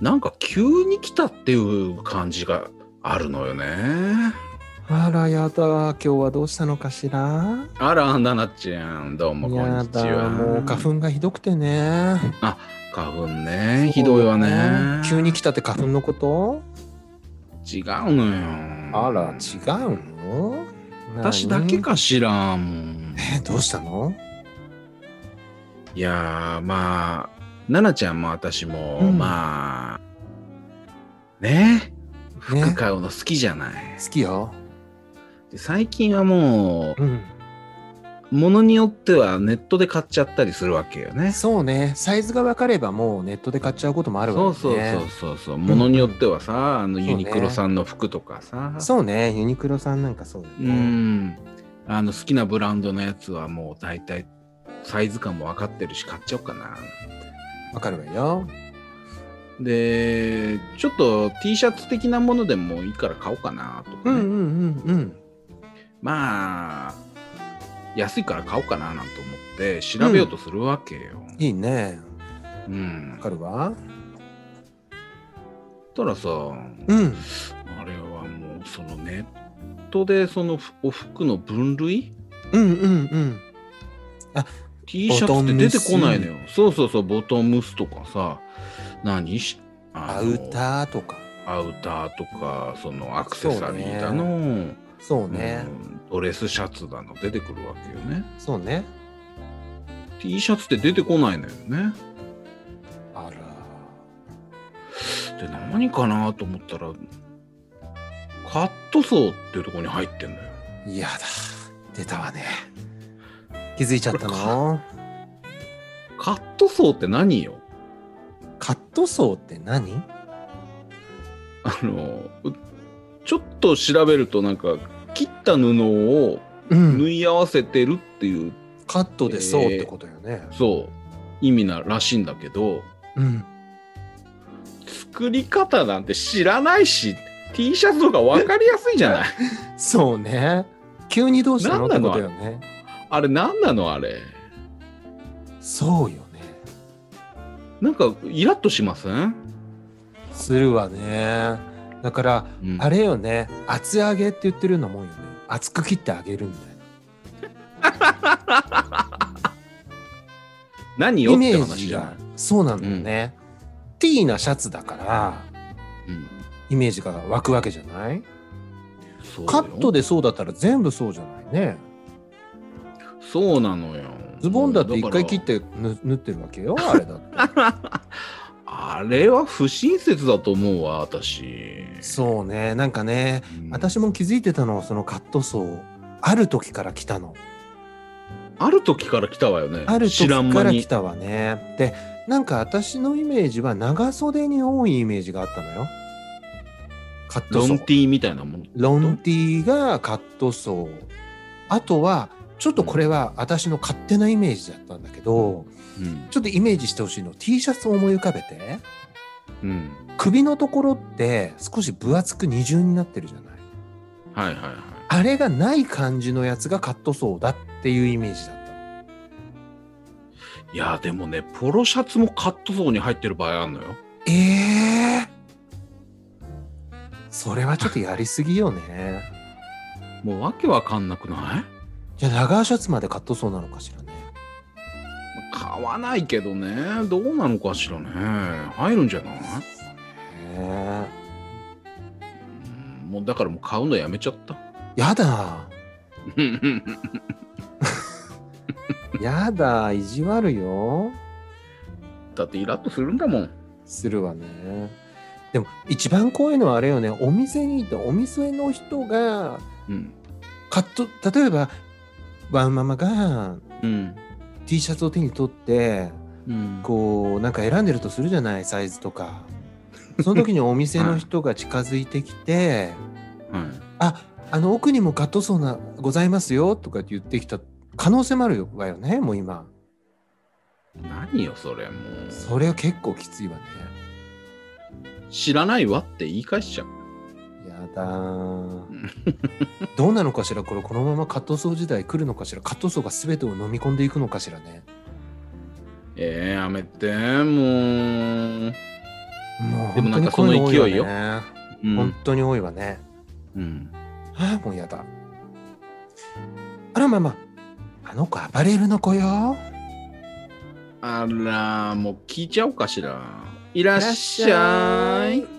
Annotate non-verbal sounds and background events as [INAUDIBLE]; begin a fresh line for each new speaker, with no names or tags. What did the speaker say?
なんか急に来たっていう感じがあるのよね。
あらやだ今日はどうしたのかしら
あら、ななちゃん、どうもこん
や
にち
だ
は。
もう花粉がひどくてね
花粉ね、ひどいわね。
急に来たって花粉のこと
違うのよ。
あら違うの
私だけ
何
かしら、もう。
えどうしたの
いやー、まあ、ななちゃんも私も、
うん
まあ、ね、服
ね
買うの好きじゃない。
好きよ
で最近はも
うん
う、ものによってはネットで買っちゃったりするわけよね。
そうねサイズが分かればもうネットで買っちゃうこともある
そ
わ
う
けね
そうそうそうそう、ものによってはさ、あのユニクロさんの服とかさ、
そうねユニクロさんなんかそうだよ
う
ね
ん、あの好きなブランドのやつはもう大体サイズ感も分かってるし買っちゃおうかな。
わかるわよ
で、ちょっと T シャツ的なものでもいいから買おうかなと
う
か
ん
ね、
うんうんうん
まあ、安いから買おうかななんて思って調べようとするわけよ。
いいね
うん。
わかるわ
たらさ、
うん
あれはもうそのネットでそのお服の分類
うんうんうん
T シャツって出てこないのよ
ボ。
そうそうそう、ボトムスとかさ、何しあ
ア
の
ウターとか
アウターとか、そのアクセサリーだの、
そうね、
うんドレスシャツだの出てくるわけよね。
そうね
T シャツって出てこないのよね。
あ
で、何かなと思ったら、カットソーっていうところに入ってんのよ。
らいやだ出たわね気づいちゃったの
カットソーって何よ [LAUGHS]
カットソーって何
あの、うちょっと調べるとなんか、切った布を
うん
縫い合わせてるっていう、
カットでそうってことよね、
そう、意味ならしいんだけど、
うん
作り方なんて知らないし T シャツとか分かりやすいじゃ
[LAUGHS]
ない
そうね急にどうしたのっ
な
て
んな
こ
の
とよね
あれ何なのあれ
そうよね
なんかイラッとしません、
するわねだから
うん
あれよね厚揚げって言ってるようなもんよね厚く切ってあげるみたいな
何よ
イ
っ
メ
て
ージ
話じゃ
が
ん、
そうなんだよね、ティーなシャツだから
うん、
イメージが湧くわけじゃない
そうよ
カットでそうだったら全部そうじゃないね
そうなのよ
ズボンだって一回
だから
切ってぬ縫ってるわけ [LAUGHS] よあれだって
あれは不親切だと思うわ私
そうねなんかね
うん
私も気づいてたのそのカットソーある時から来たの
ある時から来たわよね
ある時
知らん
か
間
ら来
に
たわねでなんか私のイメージは長袖に多いイメージがあったのよカット
ロ
ソ
ン
ー
ティーみたいなもの
ロンティーがカットソーあとはちょっとこれは私の勝手なイメージだったんだけど
うん
ちょっとイメージしてほしいの T シャツを思い浮かべて
うん
首のところって少し分厚く二重になってるじゃな
はい
い
はいはい
あれがない感じのやつがカットソーだっていうイメージだったの
いやでもねポロシャツもカットソーに入ってる場合あるのよ
ええそれはちょっとやりすぎよね
もうわけわかんなくない
じゃあ長シャツまでカットソーなのかしらね
買わないけどねどうなのかしらね入るんじゃない
へ
うんもうだからもう買うのやめちゃった [LAUGHS]
えやだやだ意地悪よ
だってイラッとするんだもん
するわねでも一番怖いのはあれよねお店に行ってお店の人が
うん
カット例えばワンママが
うん、
T シャツを手に取って
うん、
こうなんか選んでるとするじゃないサイズとかその時にお店の人が近づいてきて
はい、
「ああの奥にもカットソーなございますよ」とかって言ってきた可能性もあるわよねもう今
何よそれもう
それは結構きついわね
知らないわって言い返しちゃう
やだーどうなのかしらこれこのままカットソー時代来るのかしらカットソーが全てを飲み込んでいくのかしらね
えー、やめてもう
もう
でも
本
な
当
ん
に
か
こういうの多い
その勢いよ
ね
う
本
ん。
当に多いわね。
うん。
ああ、もうやだ。あらまあまあ、あの子暴れるの子よ。
あら、もう聞いちゃおうかしら。いらっしゃい。。